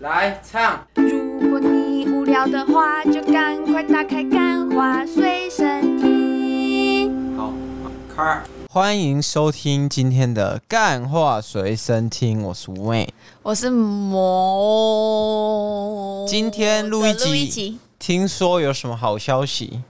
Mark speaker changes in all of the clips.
Speaker 1: 来唱，
Speaker 2: 如果你无聊的话，就赶快打开《干花随身听》。
Speaker 1: 好，开。
Speaker 3: 欢迎收听今天的干话随身听，我是 Wayne。
Speaker 4: 我是魔。
Speaker 3: 今天录一集，
Speaker 4: 录一集，
Speaker 3: 听说有什么好消息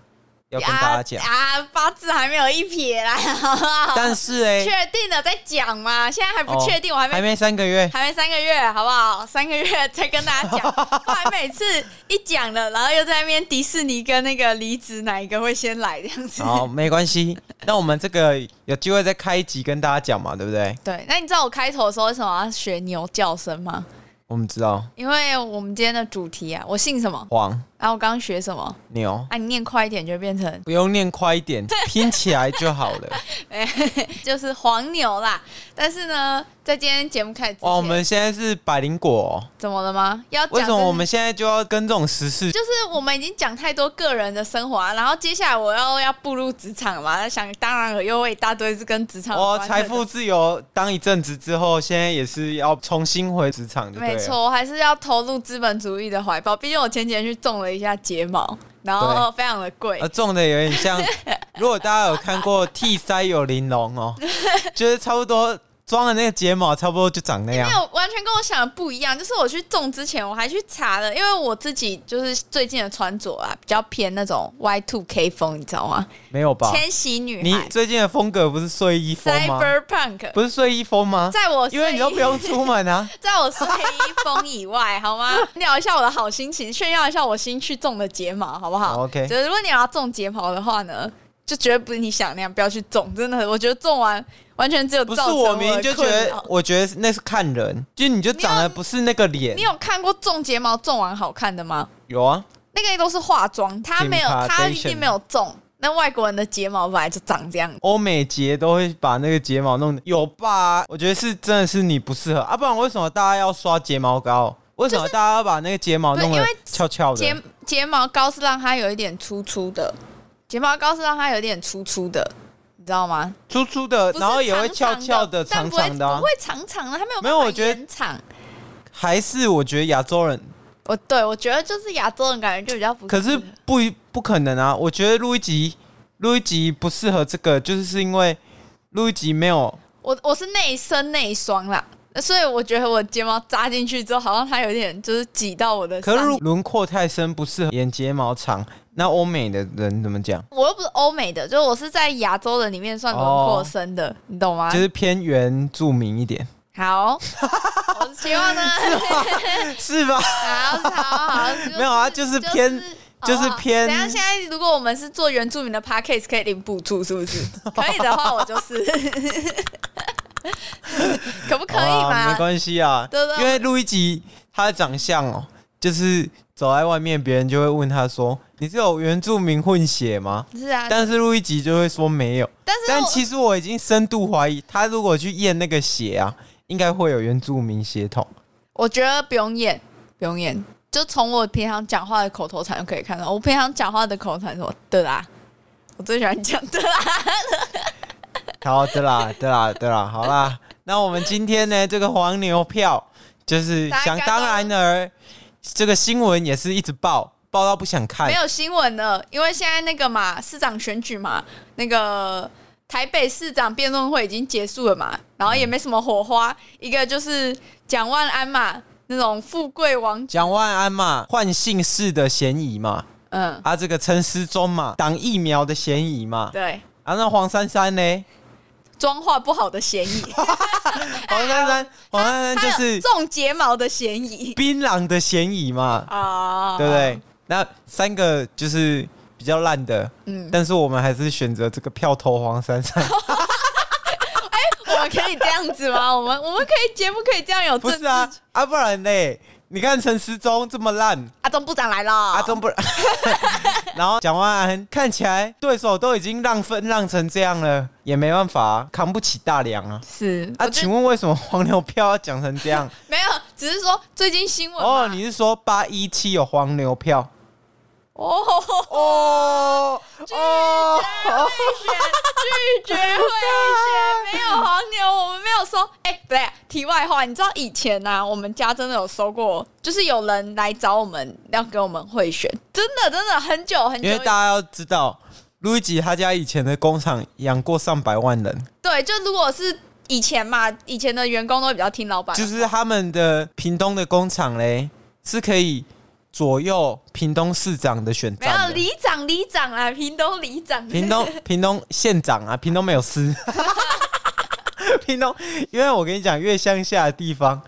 Speaker 3: 要跟大家讲，
Speaker 4: 啊啊，八字还没有一撇啦，
Speaker 3: 但是哎、
Speaker 4: 确定了再讲嘛，现在还不确定，
Speaker 3: 哦
Speaker 4: 我还没
Speaker 3: 还没三个月，
Speaker 4: 还没三个月，好不好？三个月再跟大家 讲，不然每次一讲了，然后又在那边迪士尼跟那个离职哪一个会先来这样子。
Speaker 3: 好，哦没关 系。那我们这个有机会再开一集跟大家讲嘛，对不对？
Speaker 4: 对，那你知道我开头的时候为什么要学牛叫声吗？
Speaker 3: 我们知道
Speaker 4: 因为我们今天的主题啊，我姓什么，
Speaker 3: 黄
Speaker 4: 然后我刚刚学什么，
Speaker 3: 牛
Speaker 4: 啊，你念快一点就会变成
Speaker 3: 不用念快一点，拼起来就好了。
Speaker 4: 就是黄牛啦。但是呢，在今天节目开始之前，
Speaker 3: 哦哇，我们现在是百灵果、哦，
Speaker 4: 怎么了吗？要讲
Speaker 3: 为什么
Speaker 4: 真的
Speaker 3: 我们现在就要跟这种时事？
Speaker 4: 就是我们已经讲太多个人的生活、啊，然后接下来我要要步入职场嘛，那想当然了又会一大堆是跟职场有
Speaker 3: 我
Speaker 4: 关
Speaker 3: 哦
Speaker 4: 的
Speaker 3: 财富自由当一阵子之后，现在也是要重新回职场，对不对？
Speaker 4: 没错，我还是要投入资本主义的怀抱。毕竟我前几天去种了一下睫毛，然后非常的贵
Speaker 3: 呃，。重的有点像， 如果大家有看过《替塞有玲珑》 哦，就是差不多装的那个睫毛，差不多就长那样
Speaker 4: 没。有，完全跟我想的不一样。就是我去种之前，我还去查了，因为我自己就是最近的穿着啊，比较偏那种 Y two K 风，你知道吗？
Speaker 3: 没有吧？
Speaker 4: 千禧女
Speaker 3: 你
Speaker 4: 孩
Speaker 3: 最近的风格不是睡衣风吗？
Speaker 4: ，Cyberpunk，
Speaker 3: 不是睡衣风吗？
Speaker 4: 在我
Speaker 3: 因为你
Speaker 4: 睡
Speaker 3: 都
Speaker 4: 衣
Speaker 3: 不用出门啊。
Speaker 4: 在我睡衣风以外，好吗？聊一下我的好心情，炫耀一下我新去种的睫毛，好不好、
Speaker 3: 好，OK
Speaker 4: 就是如果你要种睫毛的话呢，就绝对不是你想那样，不要去种。真的，我觉得种完完全只有
Speaker 3: 不
Speaker 4: 造
Speaker 3: 是
Speaker 4: 成
Speaker 3: 我
Speaker 4: 的
Speaker 3: 明明就觉
Speaker 4: 困
Speaker 3: 得
Speaker 4: 扰，
Speaker 3: 我觉得那是看人，就你就长得不是那个脸
Speaker 4: 你。有看过种睫毛种完好看的吗？
Speaker 3: 有啊，
Speaker 4: 那个都是化妆，他没有，他一定没有种。那外国人的睫毛本来就长这样，
Speaker 3: 欧美睫都会把那个睫毛弄得有吧？我觉得是真的是你不适合啊，不然为什么大家要刷睫毛膏？为什么大家要把那个睫毛
Speaker 4: 不是
Speaker 3: 弄得
Speaker 4: 因为
Speaker 3: 翘翘
Speaker 4: 睫
Speaker 3: 的？
Speaker 4: 睫毛膏是让它有一点粗粗的，睫毛膏是让它有点粗粗的，你知道吗？
Speaker 3: 粗粗的，
Speaker 4: 不是
Speaker 3: 然后也会
Speaker 4: 长
Speaker 3: 翘
Speaker 4: 长
Speaker 3: 翘
Speaker 4: 的，
Speaker 3: 的、
Speaker 4: 但
Speaker 3: 长
Speaker 4: 不会
Speaker 3: 长的、啊
Speaker 4: 不会，长长的，它没有
Speaker 3: 没有
Speaker 4: 办法
Speaker 3: 我觉得
Speaker 4: 延长。
Speaker 3: 还是我觉得亚洲人，
Speaker 4: 我对我觉得就是亚洲人感觉就比较不
Speaker 3: 可是
Speaker 4: 适合
Speaker 3: 不不可能啊！我觉得录一集录一集不适合这个，就是是因为录一集没有
Speaker 4: 我我是内生内双啦，所以我觉得我睫毛扎进去之后，好像它有点就是挤到我的
Speaker 3: 可是
Speaker 4: 上
Speaker 3: 如
Speaker 4: 面。
Speaker 3: 轮廓太深，不适合眼睫毛长。那欧美的人怎么讲？
Speaker 4: 我又不是欧美的，就是我是在亚洲人里面算轮廓深的，你懂吗？
Speaker 3: 哦就是偏原住民一 点，
Speaker 4: 好，我希望呢，
Speaker 3: 是吧？
Speaker 4: 好好好，就是
Speaker 3: 没有啊就是偏
Speaker 4: 就
Speaker 3: 就是偏
Speaker 4: 等一下哦现在如果我们是做原住民的 p a c k a g e 可以领补助，是 不是？可以的话，我就是， 可不可以
Speaker 3: 好啊
Speaker 4: 嘛？
Speaker 3: 没关系啊，
Speaker 4: 对不对
Speaker 3: 因为录一集他的长相哦，就是走在外面，别人就会问他说：“你是有原住民混血吗？”
Speaker 4: 是啊，但
Speaker 3: 但是录一集就会说没有。
Speaker 4: 是
Speaker 3: 但
Speaker 4: 我
Speaker 3: 其实我已经深度怀疑，他如果去验那个血啊，应该会有原住民血统。
Speaker 4: 我觉得不用演，不用演，就从我平常讲话的口头禅就可以看到。我平常讲话的口头禅是我的啦，我最喜欢讲的啦。
Speaker 3: 好的啦， 对啦，对啦，好啦。那我们今天呢，这个黄牛票就是
Speaker 4: 大家
Speaker 3: 想当然的，这个新闻也是一直报，报到不想看
Speaker 4: 没。有新闻了，因为现在那个嘛，市长选举嘛，那个台北市长辩论会已经结束了嘛，然后也没什么火花。一个就是蒋万安嘛，那种富贵王，
Speaker 3: 蒋万安嘛，换姓氏的嫌疑嘛，
Speaker 4: 嗯，
Speaker 3: 啊，这个陈思忠嘛，挡疫苗的嫌疑嘛，
Speaker 4: 对，
Speaker 3: 啊，那黄珊珊呢？
Speaker 4: 妆化不好的 嫌疑，
Speaker 3: 黄珊珊，黄珊珊就
Speaker 4: 还有
Speaker 3: 是
Speaker 4: 种睫毛的 嫌疑
Speaker 3: 槟榔的嫌疑嘛，
Speaker 4: 啊，
Speaker 3: 对不对？？那三个就是比较烂的，
Speaker 4: 嗯哦
Speaker 3: 但是我们还是选择这个票投黄珊珊，
Speaker 4: 我们可以这样子吗？我们我们可以节目可以这样有
Speaker 3: 不
Speaker 4: 政
Speaker 3: 是
Speaker 4: 治
Speaker 3: 啊啊，不然嘞，你看陈时中这么烂，
Speaker 4: 阿中啊部长来了，
Speaker 3: 阿中不然， 然后蒋万安看起来对手都已经让分让成这样了，也没办法、啊，扛不起大梁啊。
Speaker 4: 是
Speaker 3: 啊，
Speaker 4: 我觉得
Speaker 3: 请问为什么黄牛票要讲成这 样？哦
Speaker 4: 没有，只是说最近新闻嘛
Speaker 3: 哦，你是说八一七有黄牛票？
Speaker 4: 哦，
Speaker 3: 哦哦，
Speaker 4: 拒绝贿选，没有黄牛，我们没有收。哎、不对、啊，题外话，你知道以前呐、啊，我们家真的有收过，就是有人来找我们要给我们贿选，真的真的很久很久
Speaker 3: 因为
Speaker 4: 以
Speaker 3: 大家要知道，路易吉他家以前的工厂养过上百万人，
Speaker 4: 对，就如果是以前嘛，以前的员工都会比较听老板，啊
Speaker 3: 就是他们的屏东的工厂嘞，是可以左右屏东市长的选
Speaker 4: 没有
Speaker 3: 战的。
Speaker 4: 里长里长啊，屏东里长，啊
Speaker 3: 屏东屏东县长啊，屏东没有 司。屏东，因为我跟你讲，越乡下的地方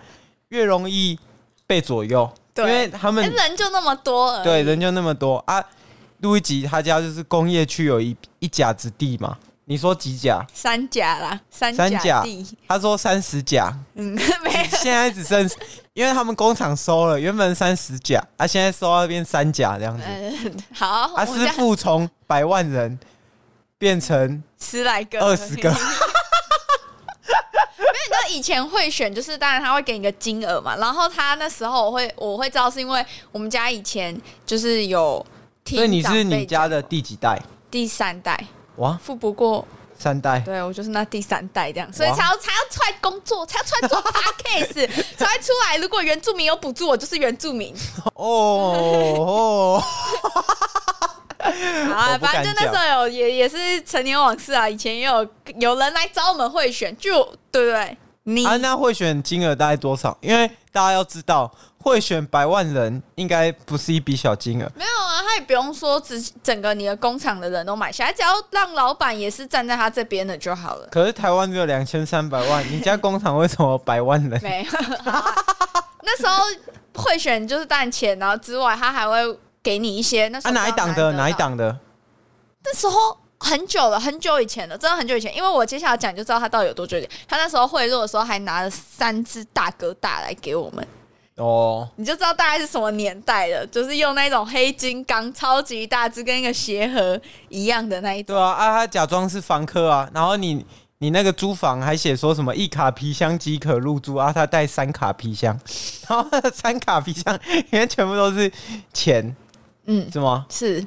Speaker 3: 越容易被左右，因
Speaker 4: 对
Speaker 3: 为他
Speaker 4: 哎
Speaker 3: 们
Speaker 4: 人就那么多而已，
Speaker 3: 对，人就那么多啊。路易吉他家就是工业区有一一甲之地嘛，你说几甲？
Speaker 4: 三甲啦，三
Speaker 3: 三甲
Speaker 4: 地，
Speaker 3: 他说三十甲，
Speaker 4: 嗯， 没有
Speaker 3: 现在只剩， 因为他们工厂收了，原本三十甲，啊，现在收到变三甲这样子，
Speaker 4: 嗯，好，
Speaker 3: 啊，
Speaker 4: 我们
Speaker 3: 师
Speaker 4: 家
Speaker 3: 傅从百万人变成
Speaker 4: 十来个，
Speaker 3: 二十个，
Speaker 4: 那以前会选，就是当然他会给你个金额嘛，然后他那时候我会我会知道是因为我们家以前就是有听
Speaker 3: 所以你
Speaker 4: 长辈
Speaker 3: 是你家的
Speaker 4: 讲
Speaker 3: 第几代？
Speaker 4: 第三代，
Speaker 3: 哇，
Speaker 4: 富不过，
Speaker 3: 三代，
Speaker 4: 对我就是那第三代这样，所以才要才要出来工作，才要出来做 podcast，才会出来。如果原住民有补助，我就是原住 民。
Speaker 3: 哦哦，
Speaker 4: 好啊，
Speaker 3: 我不敢
Speaker 4: 反正就那
Speaker 3: 讲
Speaker 4: 时候有也也是成年往事啊，以前也有有人来找我们会选，就对不对？你、
Speaker 3: 啊，那会选金额大概多少？因为大家要知道，会选百万人应该不是一笔小金额。
Speaker 4: 没有啊，他也不用说只整个你的工厂的人都买下来，只要让老板也是站在他这边的就好了。
Speaker 3: 可是台湾只有两千三百 万，你家工厂为什么百万人？
Speaker 4: 没有，好 啊那时候贿选就是蛋钱，然后之外他还会给你一些那
Speaker 3: 啊，
Speaker 4: 时候
Speaker 3: 哪一档的？哪一？档的？
Speaker 4: 那时候很久了，很久以前了，真的很久以前。因为我接下来讲就知道他到底有多久以前。他那时候贿赂的时候还拿了三只大哥大来给我们，
Speaker 3: 哦，
Speaker 4: 你就知道大概是什么年代了，就是用那种黑金刚超级大只跟一个鞋盒一样的那一种。
Speaker 3: 对啊，啊，他假装是房客啊，然后你你那个租房还写说什么一卡皮箱即可入住啊，他带三卡皮箱， 然后那个三卡皮箱里面全部都是钱，
Speaker 4: 嗯，
Speaker 3: 是吗？
Speaker 4: 是，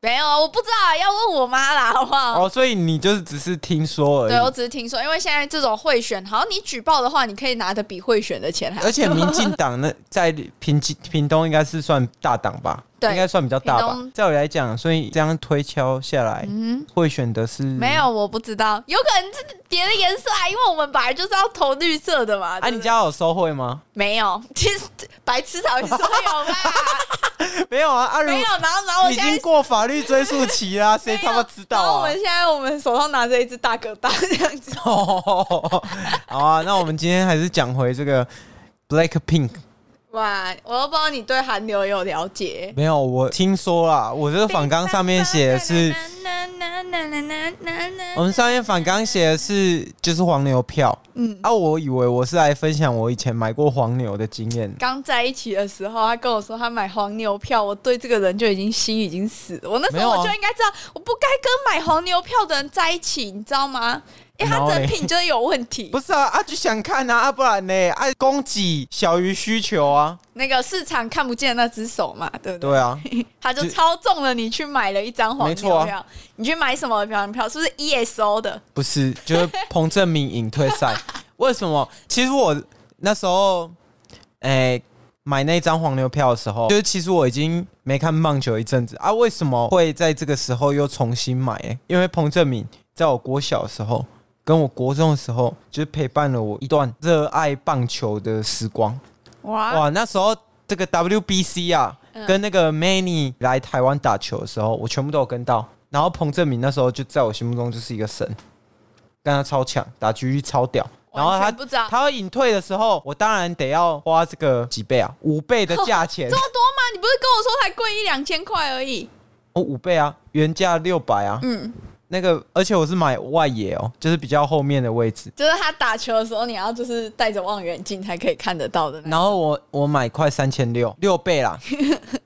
Speaker 4: 没有，我不知道，要问我妈啦，好不好？
Speaker 3: 哦，所以你就是只是听说而
Speaker 4: 对，我
Speaker 3: 已，
Speaker 4: 只是听说，因为现在这种贿选，好像你举报的话，你可以拿的比贿选的钱还
Speaker 3: 而且民进党那在平津屏东应该是算大党吧，
Speaker 4: 对
Speaker 3: 应该算比较大吧
Speaker 4: 屏东。嗯
Speaker 3: 在我来讲，所以这样推敲下来，会选的是
Speaker 4: 没有，我不知道，有可能是别的颜色啊，因为我们本来就是要投绿色的嘛。
Speaker 3: 啊？
Speaker 4: 对不
Speaker 3: 你
Speaker 4: 对
Speaker 3: 家有收贿 吗？
Speaker 4: 没有？其实白痴才会说有吧，
Speaker 3: 没有啊，啊如
Speaker 4: 没有。然后，然后我
Speaker 3: 已
Speaker 4: 现
Speaker 3: 经
Speaker 4: 在
Speaker 3: 过法律追溯期 啦，谁他妈知道
Speaker 4: 然后我
Speaker 3: 啊
Speaker 4: 们？现在我们手上拿着一只大哥大这样子，
Speaker 3: 哦， 好啊，那我们今天还是讲回这个 Black Pink。
Speaker 4: 哇！我都不知道你对韩流有了解。
Speaker 3: 没有，我听说啦，我这个反纲上面写的 是，我们上面反纲写的是就是黄牛票。嗯，啊，我以为我是来分享我以前买过黄牛的经验。
Speaker 4: 刚在一起的时候，他跟我说他买黄牛票，我对这个人就已经心已经死了。我那时
Speaker 3: 没有
Speaker 4: 候
Speaker 3: 啊
Speaker 4: 我就应该知道，我不该跟买黄牛票的人在一起，你知道吗？因为
Speaker 3: 然后
Speaker 4: 他
Speaker 3: 嘞
Speaker 4: 人品真的有问题
Speaker 3: 不。是啊，啊就想看啊，啊不然呢，啊供给小于需求啊，
Speaker 4: 那个市场看不见那只手嘛，对不对？
Speaker 3: 对啊，
Speaker 4: 他就
Speaker 3: 就
Speaker 4: 操纵了你去买了一张黄
Speaker 3: 没错
Speaker 4: 牛
Speaker 3: 啊
Speaker 4: 票，你去买什么黄牛票？是不是 ESO 的？
Speaker 3: 不是，就是彭正明隐退赛。为什么？其实我那时候，哎、买那张黄牛票的时候，就是其实我已经没看棒球一阵子啊。为什么会在这个时候又重新买、欸因为彭正明在我国小的时候，跟我国中的时候，就是陪伴了我一段热爱棒球的时光。
Speaker 4: 哇，
Speaker 3: 哇，那时候这个 WBC 啊，
Speaker 4: 嗯
Speaker 3: 跟那个 Many 来台湾打球的时候，我全部都有跟到。然后彭正明那时候就在我心目中就是一个神，跟他超强，打局率超屌。然后
Speaker 4: 完
Speaker 3: 他
Speaker 4: 全不知道
Speaker 3: 他要隐退的时候，我当然得要花这个几倍啊，五倍的价钱
Speaker 4: 这么多吗？你不是跟我说才贵一两千块而已？
Speaker 3: 哦，五倍啊，原价六百啊。嗯，那个而且我是买外野哦，就是比较后面的位置。
Speaker 4: 就是他打球的时候，你要就是带着望远镜才可以看得到的那种。
Speaker 3: 然后我 我买快三千六，六倍啦，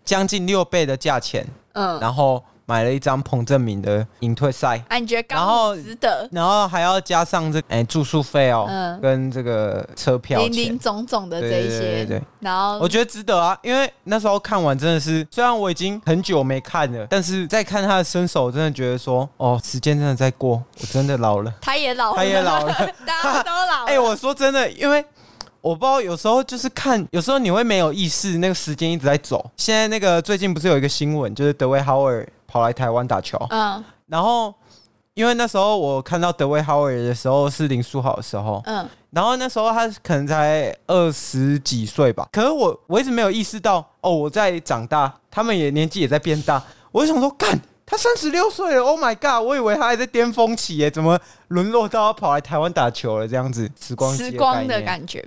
Speaker 3: 将近六倍的价钱。
Speaker 4: 嗯，
Speaker 3: 然后买了一张彭正明的隐退赛，
Speaker 4: 啊，你觉得
Speaker 3: 然后
Speaker 4: 高值得？
Speaker 3: 然后还要加上这哎、住宿费哦，
Speaker 4: 嗯
Speaker 3: 跟这个车票
Speaker 4: 零
Speaker 3: 钱
Speaker 4: 零。总总的
Speaker 3: 对
Speaker 4: 这
Speaker 3: 对
Speaker 4: 一
Speaker 3: 对对对
Speaker 4: 些，然后，
Speaker 3: 我觉得值得啊，因为那时候看完真的是，虽然我已经很久没看了，但是再看他的身手，我真的觉得说，哦，时间真的在过，我真的老了
Speaker 4: 他也老了，
Speaker 3: 他也老了。
Speaker 4: 大家都老了。
Speaker 3: 哎、我说真的，因为我不知道，有时候就是看，有时候你会没有意识，那个时间一直在走。现在那个最近不是有一个新闻，就是德威豪尔跑来台湾打球，
Speaker 4: 嗯
Speaker 3: 然后因为那时候我看到德威豪尔的时候是林书豪的时候，
Speaker 4: 嗯，
Speaker 3: 然后那时候他可能才二十几岁吧，可是我我一直没有意识到，哦，我在长大，他们也年纪也在变大，我就想说，干，他三十六岁了，Oh my god，我以为他还在巅峰期耶，怎么沦落到要跑来台湾打球了？这样子，时光机
Speaker 4: 时光
Speaker 3: 概
Speaker 4: 的
Speaker 3: 念
Speaker 4: 感觉。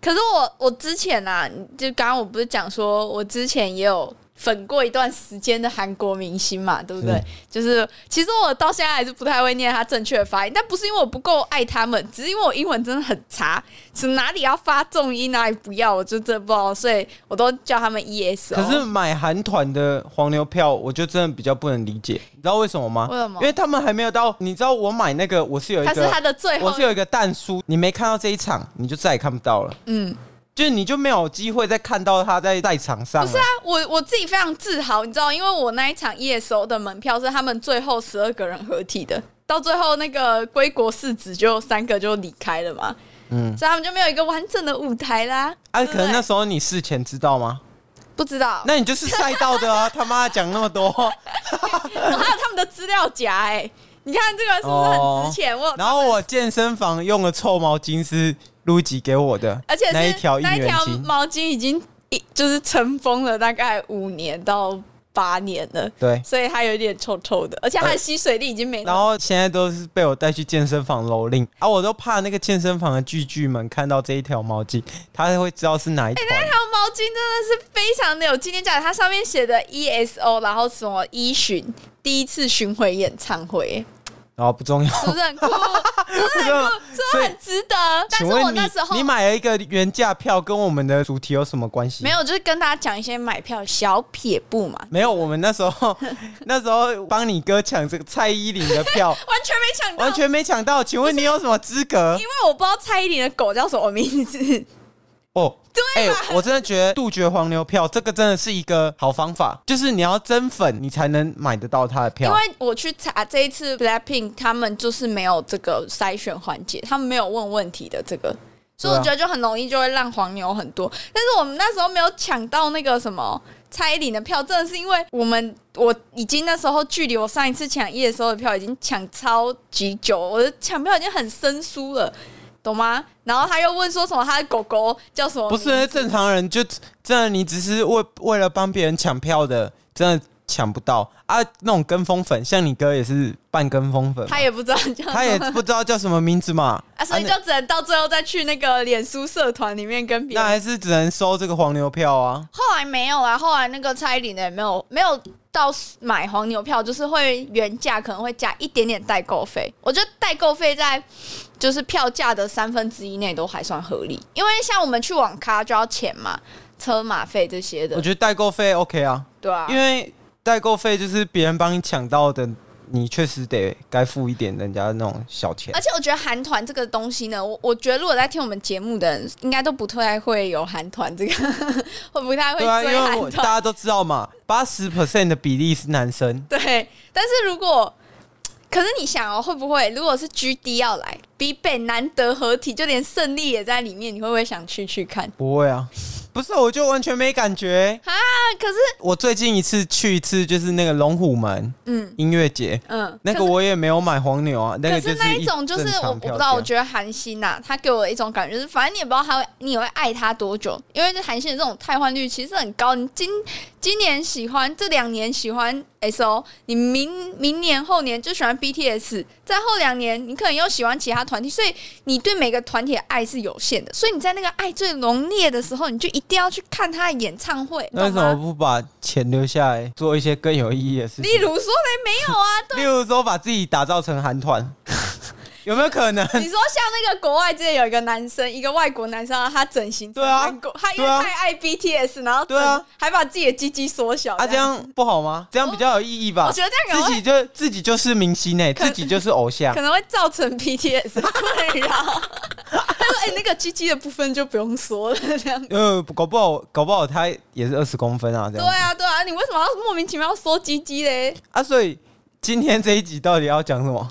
Speaker 4: 可是我我之前啊，就刚刚我不是讲说，我之前也有粉过一段时间的韩国明星嘛，对不对？
Speaker 3: 是
Speaker 4: 就是其实我到现在还是不太会念他正确的发音，但不是因为我不够爱他们，只是因为我英文真的很差，是哪里要发重音哪里不要，我就真的不知道，所以我都叫他们 ES、
Speaker 3: 可是买韩团的黄牛票，我就真的比较不能理解，你知道为什么吗？
Speaker 4: 为什么
Speaker 3: 因为他们还没有到，你知道我买那个，我是有一
Speaker 4: 他是
Speaker 3: 个，
Speaker 4: 他的最
Speaker 3: 我
Speaker 4: 后
Speaker 3: 是，有一个蛋书，你没看到这一场，你就再也看不到了。
Speaker 4: 嗯，
Speaker 3: 就是你就没有机会再看到他在赛场上。
Speaker 4: 不是啊，，我我自己非常自豪，你知道，因为我那一场 ESO 的门票是他们最后十二个人合体的，到最后那个归国四子就三个就离开了嘛，
Speaker 3: 嗯，
Speaker 4: 所以他们就没有一个完整的舞台啦。
Speaker 3: 啊，
Speaker 4: 对不
Speaker 3: 可能那
Speaker 4: 对
Speaker 3: 时候你事前知道吗？
Speaker 4: 不知道，
Speaker 3: 那你就是赛道的 啊！他妈讲那么多，
Speaker 4: 哦然后还有他们的资料夹，哎，你看这个是不是很值钱？我有
Speaker 3: 哦然后我健身房用的臭毛巾是露吉给我的，
Speaker 4: 而且是
Speaker 3: 那一条一
Speaker 4: 那一
Speaker 3: 元
Speaker 4: 条
Speaker 3: 巾，
Speaker 4: 毛巾已经一就是尘封了大概五年到八年了，
Speaker 3: 对。呃
Speaker 4: 所以它有点臭臭的，而且它的吸水力已经没那么
Speaker 3: 然后现在都是被我带去健身房蹂躏啊！我都怕那个健身房的巨巨们看到这一条毛巾，他会知道是哪一团。
Speaker 4: 哎那条毛巾真的是非常的有纪念价值，它上面写的 ESO，然后什么一巡第一次巡回演唱会，
Speaker 3: 然后不重要，
Speaker 4: 是不是很酷？
Speaker 3: 不重要。
Speaker 4: 真的很值 得。但是
Speaker 3: 请
Speaker 4: 我
Speaker 3: 问
Speaker 4: 那时候
Speaker 3: 你你买了一个原价票，跟我们的主题有什么关系？
Speaker 4: 没有，就是跟大家讲一些买票小撇步嘛，
Speaker 3: 没有，我们那时 候那时候帮你哥抢这个蔡依林的 票，
Speaker 4: 完全没想到，
Speaker 3: 完全没抢到。请问你有什么资格
Speaker 4: 因？为我不知道蔡依林的狗叫什么名字，
Speaker 3: 哦，对、
Speaker 4: 啊
Speaker 3: 我真的觉得杜绝黄牛票这个真的是一个好方法，就是你要真粉，你才能买得到他的
Speaker 4: 因
Speaker 3: 票
Speaker 4: 为。我去查这一次 Blackpink 他们就是没有这个筛选环节，他们没有问问题的这个，所以
Speaker 3: 对
Speaker 4: 我
Speaker 3: 啊
Speaker 4: 觉得就很容易就会让黄牛很多。但是我们那时候没有抢到那个什么蔡依林的票，真的是因为我们我已经那时候距离我上一次抢夜的时候的票已经抢超级久，我的抢票已经很生疏了。懂吗？然后他又问说什么他的狗狗叫什么
Speaker 3: 不
Speaker 4: 名字？
Speaker 3: 是正常人就真的，你只是为为了帮别人抢票的，真的抢不到啊！那种跟风粉，像你哥也是半跟风粉嘛，
Speaker 4: 他也不知道叫
Speaker 3: 他也不知道叫什么名字嘛。
Speaker 4: 啊，所以
Speaker 3: 啊
Speaker 4: 就只能到最后再去那个脸书社团里面跟别
Speaker 3: 那
Speaker 4: 人
Speaker 3: 还是只能收这个黄牛票啊。
Speaker 4: 后来没有啊，后来那个蔡依林的也没有没有到买黄牛票，就是会原价可能会加一点点代购费。我觉得代购费在就是票价的三分之一内都还算合理，因为像我们去网咖就要钱嘛，车马费这些
Speaker 3: 我
Speaker 4: 的，
Speaker 3: 觉得代购费 OK 啊，
Speaker 4: 对啊，
Speaker 3: 因为代购费就是别人帮你抢到的，你确实得该付一点人家那种小钱
Speaker 4: 而。且我觉得韩团这个东西呢，我我觉得如果在听我们节目的人，应该都不太会有韩团这个， 会不太会
Speaker 3: 对啊，因
Speaker 4: 追
Speaker 3: 为我
Speaker 4: 韩
Speaker 3: 大
Speaker 4: 团。
Speaker 3: 家都知道嘛，八十 percent 的比例是男生，
Speaker 4: 对，但是如果可是你想哦，会不会如果是 GD 要来，B 贝难得合体，就连胜利也在里面，你会不会想去去看？
Speaker 3: 不会啊，不是，我就完全没感觉。
Speaker 4: 那可是，
Speaker 3: 我最近一次去一次就是那个龙虎门
Speaker 4: 嗯
Speaker 3: 音乐节，
Speaker 4: 嗯，
Speaker 3: 那个
Speaker 4: 可是。
Speaker 3: 我也没有买黄牛啊，那
Speaker 4: 可
Speaker 3: 个
Speaker 4: 是
Speaker 3: 就
Speaker 4: 那
Speaker 3: 一
Speaker 4: 一种就是
Speaker 3: 正
Speaker 4: 我我
Speaker 3: 常
Speaker 4: 不
Speaker 3: 票
Speaker 4: 知道，
Speaker 3: 价
Speaker 4: 我觉得韩星呐、他给我一种感觉就是，反正你也不知道他会，你会爱他多久，因为这韩星的这种汰换率其实很高。你今今年喜欢，这两年喜欢 S O，你明明年后年就喜欢 B T S，再后两年你可能又喜欢其他团体，所以你对每个团体的爱是有限的。所以你在那个爱最浓烈的时候，你就一定要去看他的演唱会，
Speaker 3: 那为
Speaker 4: 懂
Speaker 3: 什么
Speaker 4: 吗？
Speaker 3: 不把钱留下来做一些更有意义的事情？
Speaker 4: 例如说嘞，没有啊，
Speaker 3: 例如说，把自己打造成韩团， 有没有可能？
Speaker 4: 你说像那个国外之前有一个男生，一个外国男生，他整形成
Speaker 3: 对啊
Speaker 4: 韩国，他因为
Speaker 3: 对啊
Speaker 4: 太爱 BTS，然后整
Speaker 3: 对啊，
Speaker 4: 还把自己的鸡鸡缩小。
Speaker 3: 啊，这样不好吗？这样比较有意义吧？
Speaker 4: 我觉得这样可
Speaker 3: 自
Speaker 4: 能会
Speaker 3: 己就自己就是明星哎、自己就是偶像
Speaker 4: 可。能会造成 PTS 的困扰。他说：“哎、那个鸡鸡的部分就不用说了，这样。”
Speaker 3: 呃，搞不好搞不好他也是二十公分啊，这
Speaker 4: 对
Speaker 3: 样子
Speaker 4: 啊，对啊，你为什么要莫名其妙要缩鸡鸡嘞？
Speaker 3: 啊，所以今天这一集到底要讲什么？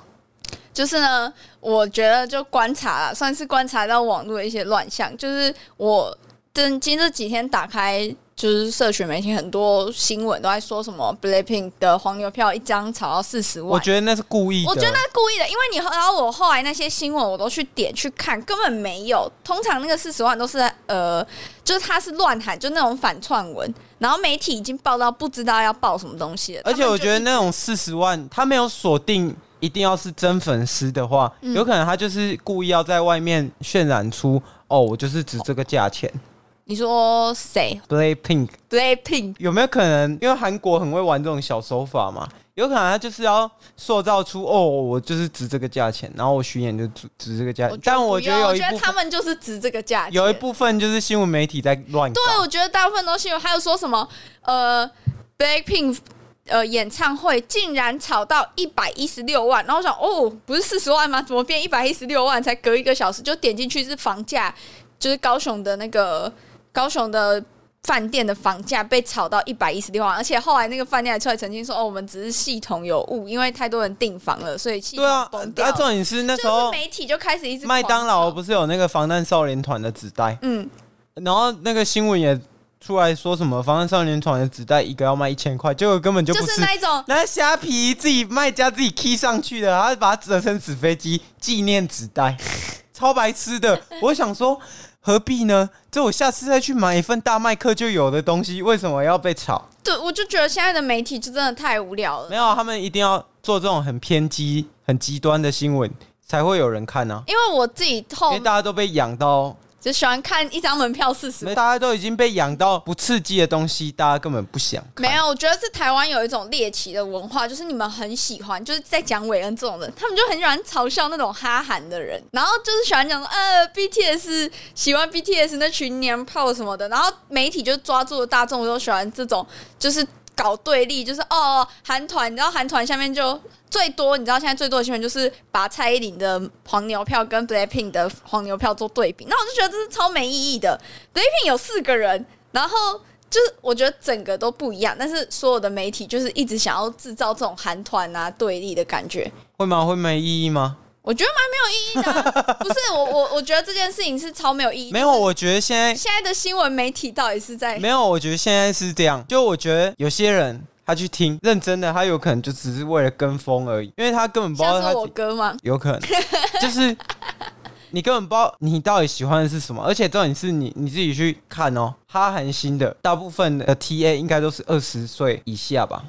Speaker 4: 就是呢，我觉得就观察了，算是观察到网络的一些乱象。就是我真今这几天打开就是社群媒体，很多新闻都在说什么 Blackpink 的黄牛票一张炒到四十万，
Speaker 3: 我觉得那是故意的，
Speaker 4: 我觉得那是故意的，因为你和然后我后来那些新闻我都去点去看，根本没有。通常那个四十万都是呃，就是他是乱喊，就那种反串文，然后媒体已经报到不知道要报什么东西了。
Speaker 3: 而且我觉得
Speaker 4: 他们
Speaker 3: 那种四十万，他没有锁定一定要是真粉丝的话，
Speaker 4: 嗯
Speaker 3: 有可能他就是故意要在外面渲染出哦，我就是值这个价钱。
Speaker 4: 就你说谁
Speaker 3: Blackpink
Speaker 4: Blackpink
Speaker 3: 有没有可能？因为韩国很会玩这种小手法嘛，有可能他就是要塑造出哦，我就是值这个价钱，然后我巡演就值值这个价钱。但我
Speaker 4: 我
Speaker 3: 觉
Speaker 4: 不
Speaker 3: 得
Speaker 4: 用
Speaker 3: 有
Speaker 4: 我
Speaker 3: 一
Speaker 4: 觉
Speaker 3: 部
Speaker 4: 得他
Speaker 3: 分
Speaker 4: 们就是值这个价钱，
Speaker 3: 有一部分就是新闻媒体在乱搞，
Speaker 4: 对，我觉得大部分都是有，还有说什么呃，Blackpink 呃演唱会竟然炒到一百一十六万，然后我想哦，不是四十万吗？怎么变一百一十六万？才隔一个小时就点进去是房价，就是高雄的那个高雄的。饭店的房价被炒到一百一十六万，而且后来那个饭店还出来澄清说：“哦，我们只是系统有误，因为太多人订房了，所以系统
Speaker 3: 对啊，
Speaker 4: 崩掉
Speaker 3: 啊，
Speaker 4: 了。
Speaker 3: 重点是那时
Speaker 4: 就是
Speaker 3: 候
Speaker 4: 媒体就开始一直
Speaker 3: 麦当劳
Speaker 4: 狂炒
Speaker 3: 不是有那个防弹少年团的纸袋，
Speaker 4: 嗯，
Speaker 3: 然后那个新闻也出来说什么防弹少年团的纸袋一个要卖一千块，结果根本就
Speaker 4: 就
Speaker 3: 不
Speaker 4: 是
Speaker 3: 是。
Speaker 4: 那一种
Speaker 3: 那虾皮自己卖家自己 key 上去的，他把它折成纸飞机纪念纸 袋，超白痴的。我想说，何必呢？这我下次再去买一份大麦克就有的东西，为什么要被炒？
Speaker 4: 对，我就觉得现在的媒体就真的太无聊了
Speaker 3: 没。有，他们一定要做这种很偏激、很极端的新闻，才会有人看啊。
Speaker 4: 因为我自己
Speaker 3: 因
Speaker 4: 后
Speaker 3: 为大家都被养到，
Speaker 4: 就喜欢看一张门票四十
Speaker 3: 没，大家都已经被养到不刺激的东西，大家根本不想看。
Speaker 4: 没有，我觉得是台湾有一种猎奇的文化，就是你们很喜欢，就是在讲韦恩这种人，他们就很喜欢嘲笑那种哈韩的人，然后就是喜欢讲说呃 BTS 喜欢 BTS 那群娘炮什么的，然后媒体就抓住了大众都喜欢这种，就是搞对立，就是哦韩团，你知道韩团下面就。最多你知道现在最多的新闻就是把蔡依林的黄牛票跟 BLACKPINK 的黄牛票做对比，那我就觉得这是超没意义的。BLACKPINK 有四个人，然后就是我觉得整个都不一样，但是所有的媒体就是一直想要制造这种韩团啊对立的感觉，
Speaker 3: 会吗？会没意义吗？
Speaker 4: 我觉得蛮没有意义的 啊、不是我我我觉得这件事情是超没有意义。
Speaker 3: 没有，我觉得现在
Speaker 4: 现在的新闻媒体到底是在
Speaker 3: 没有，我觉得现在是这样，就我觉得有些人他去听认真的，他有可能就只是为了跟风而已，因为他根本不知道
Speaker 4: 像
Speaker 3: 他
Speaker 4: 是我
Speaker 3: 自己
Speaker 4: 哥吗？
Speaker 3: 有 可能就是你根本不知道你到底喜欢的是什么，而且重点是你你自己去看哦，哈韩星的大部分的 TA 应该都是二十岁以下吧，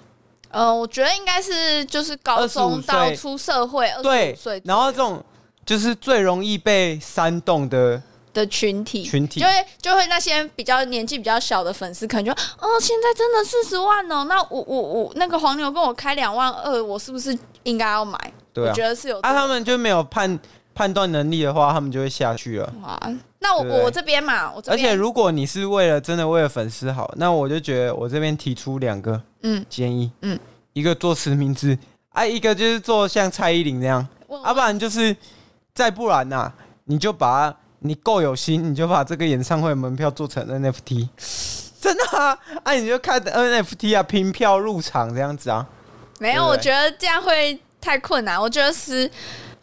Speaker 4: 呃，我觉得应该是就是高中
Speaker 3: 25岁
Speaker 4: 到出社会二十
Speaker 3: 对
Speaker 4: 五岁，
Speaker 3: 然后这种就是最容易被煽动的，
Speaker 4: 的群体，
Speaker 3: 群体
Speaker 4: 就会就会那些比较年纪比较小的粉丝，可能就哦，现在真的四十万哦，那我我我那个黄牛跟我开两万二，我是不是应该要买？
Speaker 3: 对
Speaker 4: 我
Speaker 3: 啊
Speaker 4: 觉，得是有这
Speaker 3: 啊
Speaker 4: 种
Speaker 3: 他们就没有判判断能力的话，他们就会下去了。
Speaker 4: 哇，那我
Speaker 3: 对不对
Speaker 4: 我这边嘛，我这
Speaker 3: 而且
Speaker 4: 边
Speaker 3: 如果你是为了真的为了粉丝好，那我就觉得我这边提出两个
Speaker 4: 嗯
Speaker 3: 建议，
Speaker 4: 嗯
Speaker 3: 一个做实名制，啊，一个就是做像蔡依林那样，
Speaker 4: 我
Speaker 3: 啊，不然就是再不然呐、你就把你够有心，你就把这个演唱会的门票做成 NFT，真的啊，啊，你就看 NFT 啊，凭票入场这样子啊，
Speaker 4: 没有，
Speaker 3: 对不对
Speaker 4: 我觉得这样会太困难。我觉得是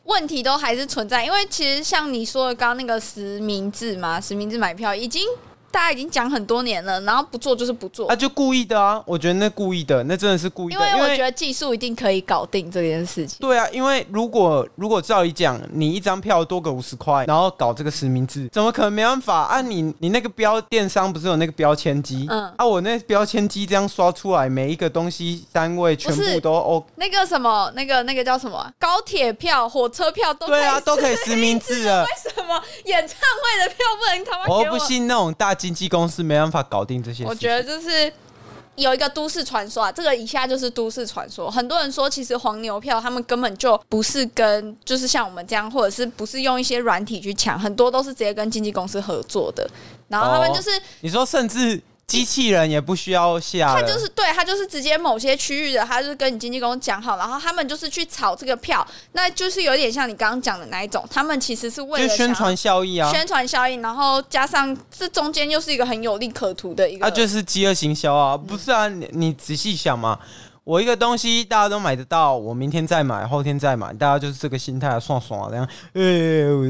Speaker 4: 问题都还是存在，因为其实像你说的刚刚那个实名制嘛，实名制买票已经大家已经讲很多年了，然后不做就是不做
Speaker 3: 啊，，就故意的啊，我觉得那故意的，那真的是故意
Speaker 4: 因
Speaker 3: 的，
Speaker 4: 为我觉得技术一定可以搞定这件事情。
Speaker 3: 对啊，因为如果如果照理讲，你一张票多个五十块，然后搞这个实名制，怎么可能没办法啊你？你那个标电商不是有那个标签机？
Speaker 4: 嗯
Speaker 3: 啊，我那标签机这样刷出来，每一个东西单位全
Speaker 4: 不是
Speaker 3: 部都哦，
Speaker 4: 那个什么，那个那个叫什么啊、高铁票、火车票都可以
Speaker 3: 对啊，
Speaker 4: 是
Speaker 3: 都可以实名制了。
Speaker 4: 为什么演唱会
Speaker 3: 哦
Speaker 4: 的票不能他妈给
Speaker 3: 我不信那种大经纪公司没办法搞定这些事情。
Speaker 4: 我觉得就是有一个都市传说啊，这个以下就是都市传说。很多人说，其实黄牛票他们根本就不是跟，就是像我们这样，或者是不是用一些软体去抢，很多都是直接跟经纪公司合作的。然后他
Speaker 3: 哦
Speaker 4: 们就是，
Speaker 3: 你说甚至机器人也不需要下
Speaker 4: 他
Speaker 3: 了，
Speaker 4: 就是对他就是直接某些区域的，他就是跟你经纪公司讲好，然后他们就是去炒这个票，那就是有点像你刚刚讲的那一种，他们其实是为
Speaker 3: 就
Speaker 4: 了想
Speaker 3: 宣传效益啊，
Speaker 4: 宣传效应，然后加上这中间又是一个很有利可图的一个，嗯
Speaker 3: 啊，就是饥饿行销啊，不是啊？你你仔细想嘛，我一个东西大家都买得到，我明天再买，后天再买，大家就是这个心态啊，爽爽啊，这样，呃、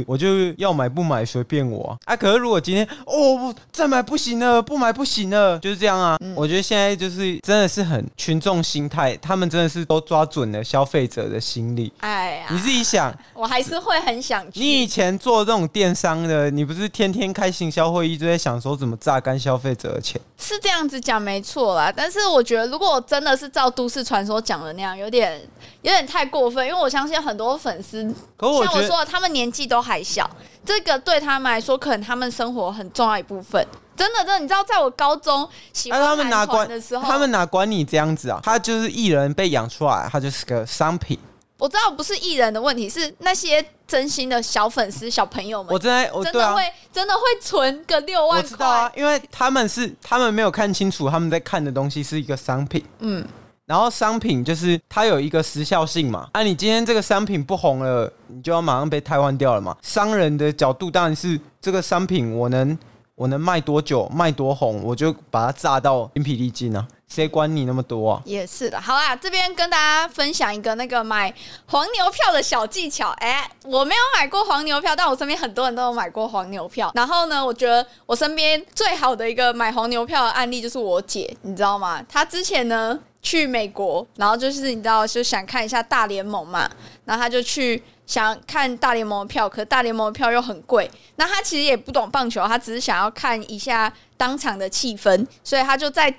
Speaker 3: 我就要买不买随便我啊。可是如果今天哦，不再买不行了，不买不行了，就是这样啊。
Speaker 4: 嗯
Speaker 3: 我觉得现在就是真的是很群众心态，他们真的是都抓准了消费者的心理。
Speaker 4: 哎呀，
Speaker 3: 你自己想，
Speaker 4: 我还是会很想去。
Speaker 3: 你以前做这种电商的，你不是天天开行销会议，就在想说怎么榨干消费者的钱？
Speaker 4: 是这样子讲没错啦，但是我觉得如果我真的是照都市传说讲的那样，有点有点太过分，因为我相信很多粉丝，
Speaker 3: 可我
Speaker 4: 像
Speaker 3: 觉
Speaker 4: 我
Speaker 3: 得
Speaker 4: 说的，他们年纪都还小，这个对他们来说，可能他们生活很重要一部分。真的，真的，你知道，在我高中喜
Speaker 3: 那、
Speaker 4: 欢
Speaker 3: 哎他们哪
Speaker 4: 韩团
Speaker 3: 管
Speaker 4: 的时候，
Speaker 3: 他们哪管你这样子啊？他就是艺人被养出来，他就是个商品。
Speaker 4: 我知道不是艺人的问题，是那些真心的小粉丝、小朋友们，
Speaker 3: 我真的，我
Speaker 4: 真
Speaker 3: 对
Speaker 4: 的
Speaker 3: 啊
Speaker 4: 会、，真的会存个六
Speaker 3: 我
Speaker 4: 万
Speaker 3: 知
Speaker 4: 块、
Speaker 3: 道啊，因为他们是他们没有看清楚，他们在看的东西是一个商品。
Speaker 4: 嗯，
Speaker 3: 然后商品就是它有一个时效性嘛，啊，你今天这个商品不红了，你就要马上被汰换掉了嘛。商人的角度当然是这个商品我能我能卖多久，卖多红，我就把它炸到精疲力尽啊，谁管你那么多啊？
Speaker 4: 也是的，好啦，这边跟大家分享一个那个买黄牛票的小技巧。哎、我没有买过黄牛票，但我身边很多人都有买过黄牛票。然后呢，我觉得我身边最好的一个买黄牛票的案例就是我姐，你知道吗？她之前呢去美国，然后就是你知道，就想看一下大联盟嘛，然后她就去。想看大联盟的票，可大联盟的票又很贵。那她其实也不懂棒球，她只是想要看一下当场的气氛，所以她就在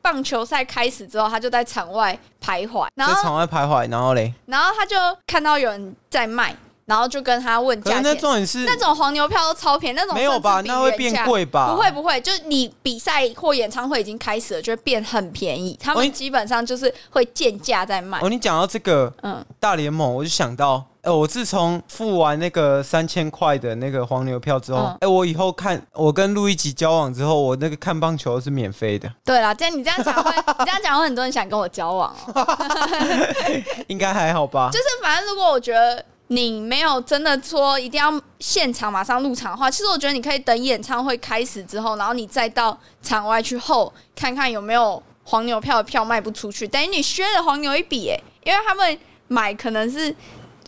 Speaker 4: 棒球赛开始之后，他就在场外徘徊，然
Speaker 3: 在
Speaker 4: 后
Speaker 3: 场外徘徊，然后嘞，
Speaker 4: 然后他就看到有人在卖，然后就跟他问
Speaker 3: 可是
Speaker 4: 价
Speaker 3: 那
Speaker 4: 钱。
Speaker 3: 重点是
Speaker 4: 那种黄牛票都超便宜，那种
Speaker 3: 没有吧？
Speaker 4: 甚至比
Speaker 3: 那会
Speaker 4: 原价
Speaker 3: 变贵吧？
Speaker 4: 不会不会，就是你比赛或演唱会已经开始了，就会变很便宜。他
Speaker 3: 哦
Speaker 4: 们
Speaker 3: 你
Speaker 4: 基本上就是会贱价在卖。
Speaker 3: 哦，你讲到这个
Speaker 4: 嗯，
Speaker 3: 大联盟，我就想到，哎、我自从付完那个三千块的那个黄牛票之后，哎
Speaker 4: 嗯、
Speaker 3: 我以后看我跟路易吉交往之后，我那个看棒球是免费的，
Speaker 4: 对啦，这样你这样讲会，你这样讲会很多人想跟我交往哦。
Speaker 3: 应该还好吧？
Speaker 4: 就是反正如果我觉得你没有真的说一定要现场马上入场的话，其实我觉得你可以等演唱会开始之后，然后你再到场外去后看看有没有黄牛票的票卖不出去，等于你削了黄牛一笔哎、因为他们买可能是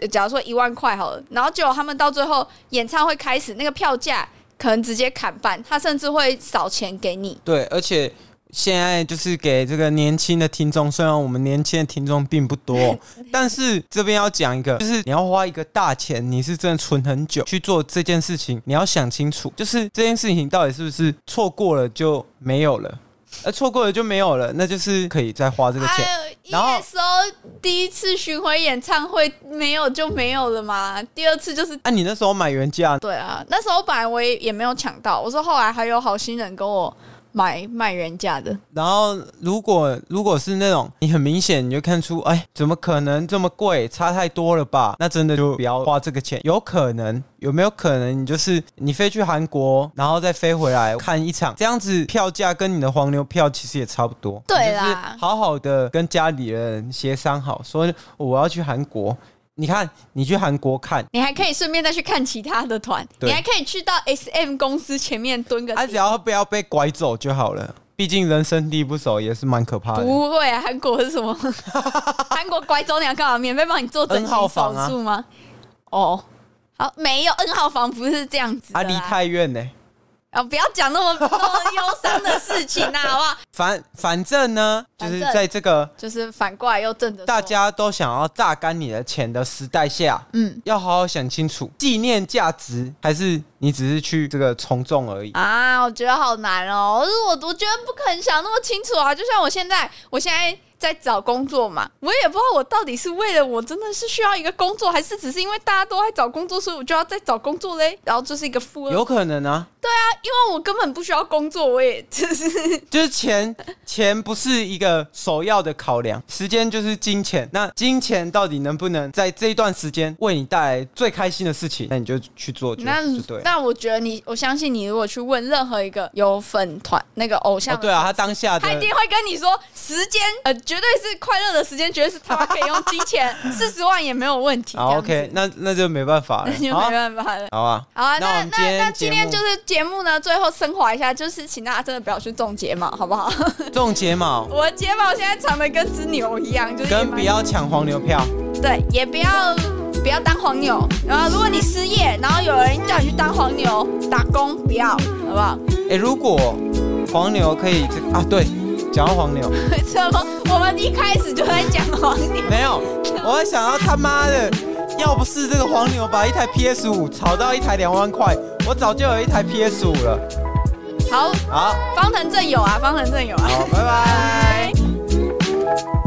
Speaker 4: 呃假如说一万块好了，然后结果他们到最后演唱会开始那个票价可能直接砍半，他甚至会少钱给你。
Speaker 3: 对，而且现在就是给这个年轻的听众，虽然我们年轻的听众并不多，但是这边要讲一个，就是你要花一个大钱，你是真的存很久去做这件事情，你要想清楚，就是这件事情到底是不是错过了就没有了。而错过了就没有了，那就是可以再花这个钱。
Speaker 4: 哎
Speaker 3: 然后
Speaker 4: ，ESO 第一次巡回演唱会没有就没有了嘛，第二次就是
Speaker 3: 啊，你那时候买原价，
Speaker 4: 对啊，那时候本来我也也没有抢到，我说后来还有好心人跟我买卖原价的，
Speaker 3: 然后如果如果是那种你很明显你就看出，哎，怎么可能这么贵？差太多了吧？那真的就不要花这个钱。有可能有没有可能你就是你飞去韩国，然后再飞回来看一场，这样子票价跟你的黄牛票其实也差不多。
Speaker 4: 对啦
Speaker 3: 你就是好好的跟家里人协商好，说我要去韩国。你看，你去韩国看，
Speaker 4: 你还可以顺便再去看其他的团，
Speaker 3: 对啊
Speaker 4: 你还可以去到 SM 公司前面蹲个
Speaker 3: 他、只
Speaker 4: 点。
Speaker 3: 要不要被拐走就好了。毕竟人生地不熟也是蛮可怕的。
Speaker 4: 不会、啊，韩国是 什么？ 韩国拐走你要干嘛？免费帮你做整
Speaker 3: N 号
Speaker 4: 形
Speaker 3: 房啊
Speaker 4: 手术吗？哦，好，没有 N 号房不是这样子的
Speaker 3: 啊，
Speaker 4: 啦
Speaker 3: 离太远呢、
Speaker 4: 啊，不要讲那么那么忧伤的事情啦，好不 好？
Speaker 3: 反反正呢，就
Speaker 4: 反
Speaker 3: 是
Speaker 4: 正
Speaker 3: 在这个
Speaker 4: 就是反过来又正着
Speaker 3: 大
Speaker 4: 说
Speaker 3: 家都想要榨干你的钱的时代下，
Speaker 4: 嗯
Speaker 3: 要好好想清楚，纪念价值还是你只是去这个从众而已。
Speaker 4: 啊啊，我觉得好难哦。我我我觉得不可能想那么清楚啊。就像我现在，我现在在找工作嘛，我也不知道我到底是为了我真的是需要一个工作，还是只是因为大家都在找工作，所以我就要再找工作嘞。然后就是一个富二代，
Speaker 3: 有可能啊，
Speaker 4: 因为我根本不需要工作，我也 只是
Speaker 3: 就是钱， 钱不是一个首要的考量，时间就是金钱。那金钱到底能不能在这一段时间为你带来最开心的事情？那你就去做就，
Speaker 4: 那
Speaker 3: 就对了。
Speaker 4: 那我觉得你，我相信你，如果去问任何一个有粉团那个偶像
Speaker 3: 哦，
Speaker 4: 的
Speaker 3: 对啊，他当下的
Speaker 4: 他一定会跟你说，时间呃，绝对是快乐的时间，绝对是他妈可以用金 钱四十万也没有问 题。
Speaker 3: 好
Speaker 4: 这样
Speaker 3: OK，
Speaker 4: 子
Speaker 3: 那那就没办法了，
Speaker 4: 那就
Speaker 3: 好
Speaker 4: 没
Speaker 3: 啊
Speaker 4: 办法了。
Speaker 3: 好啊，
Speaker 4: 好啊，
Speaker 3: 那我
Speaker 4: 那
Speaker 3: 们
Speaker 4: 那那
Speaker 3: 今
Speaker 4: 今
Speaker 3: 天
Speaker 4: 天
Speaker 3: 节
Speaker 4: 就
Speaker 3: 目
Speaker 4: 是节目呢，最后升华一下，就是请大家真的不要去种睫毛，好不 好？
Speaker 3: 种睫毛，
Speaker 4: 我睫毛现在长得跟只牛一样，就是也
Speaker 3: 跟
Speaker 4: 蛮
Speaker 3: 不要抢黄牛票。
Speaker 4: 对，也不要不要当黄牛。然后如果你失业，然后有人叫你去当黄牛打工，不要，好不好？
Speaker 3: 哎、如果黄牛可以这啊，对，讲到黄牛，
Speaker 4: 怎么我们一开始就在讲黄牛？
Speaker 3: 没有，我还想到他妈的，要不是这个黄牛把一台 PS 五炒到一台两万块，我早就有一台 PS 五了。
Speaker 4: 好，
Speaker 3: 好，
Speaker 4: 方腾正有啊，方腾正有啊。
Speaker 3: 好，拜拜。
Speaker 4: 拜。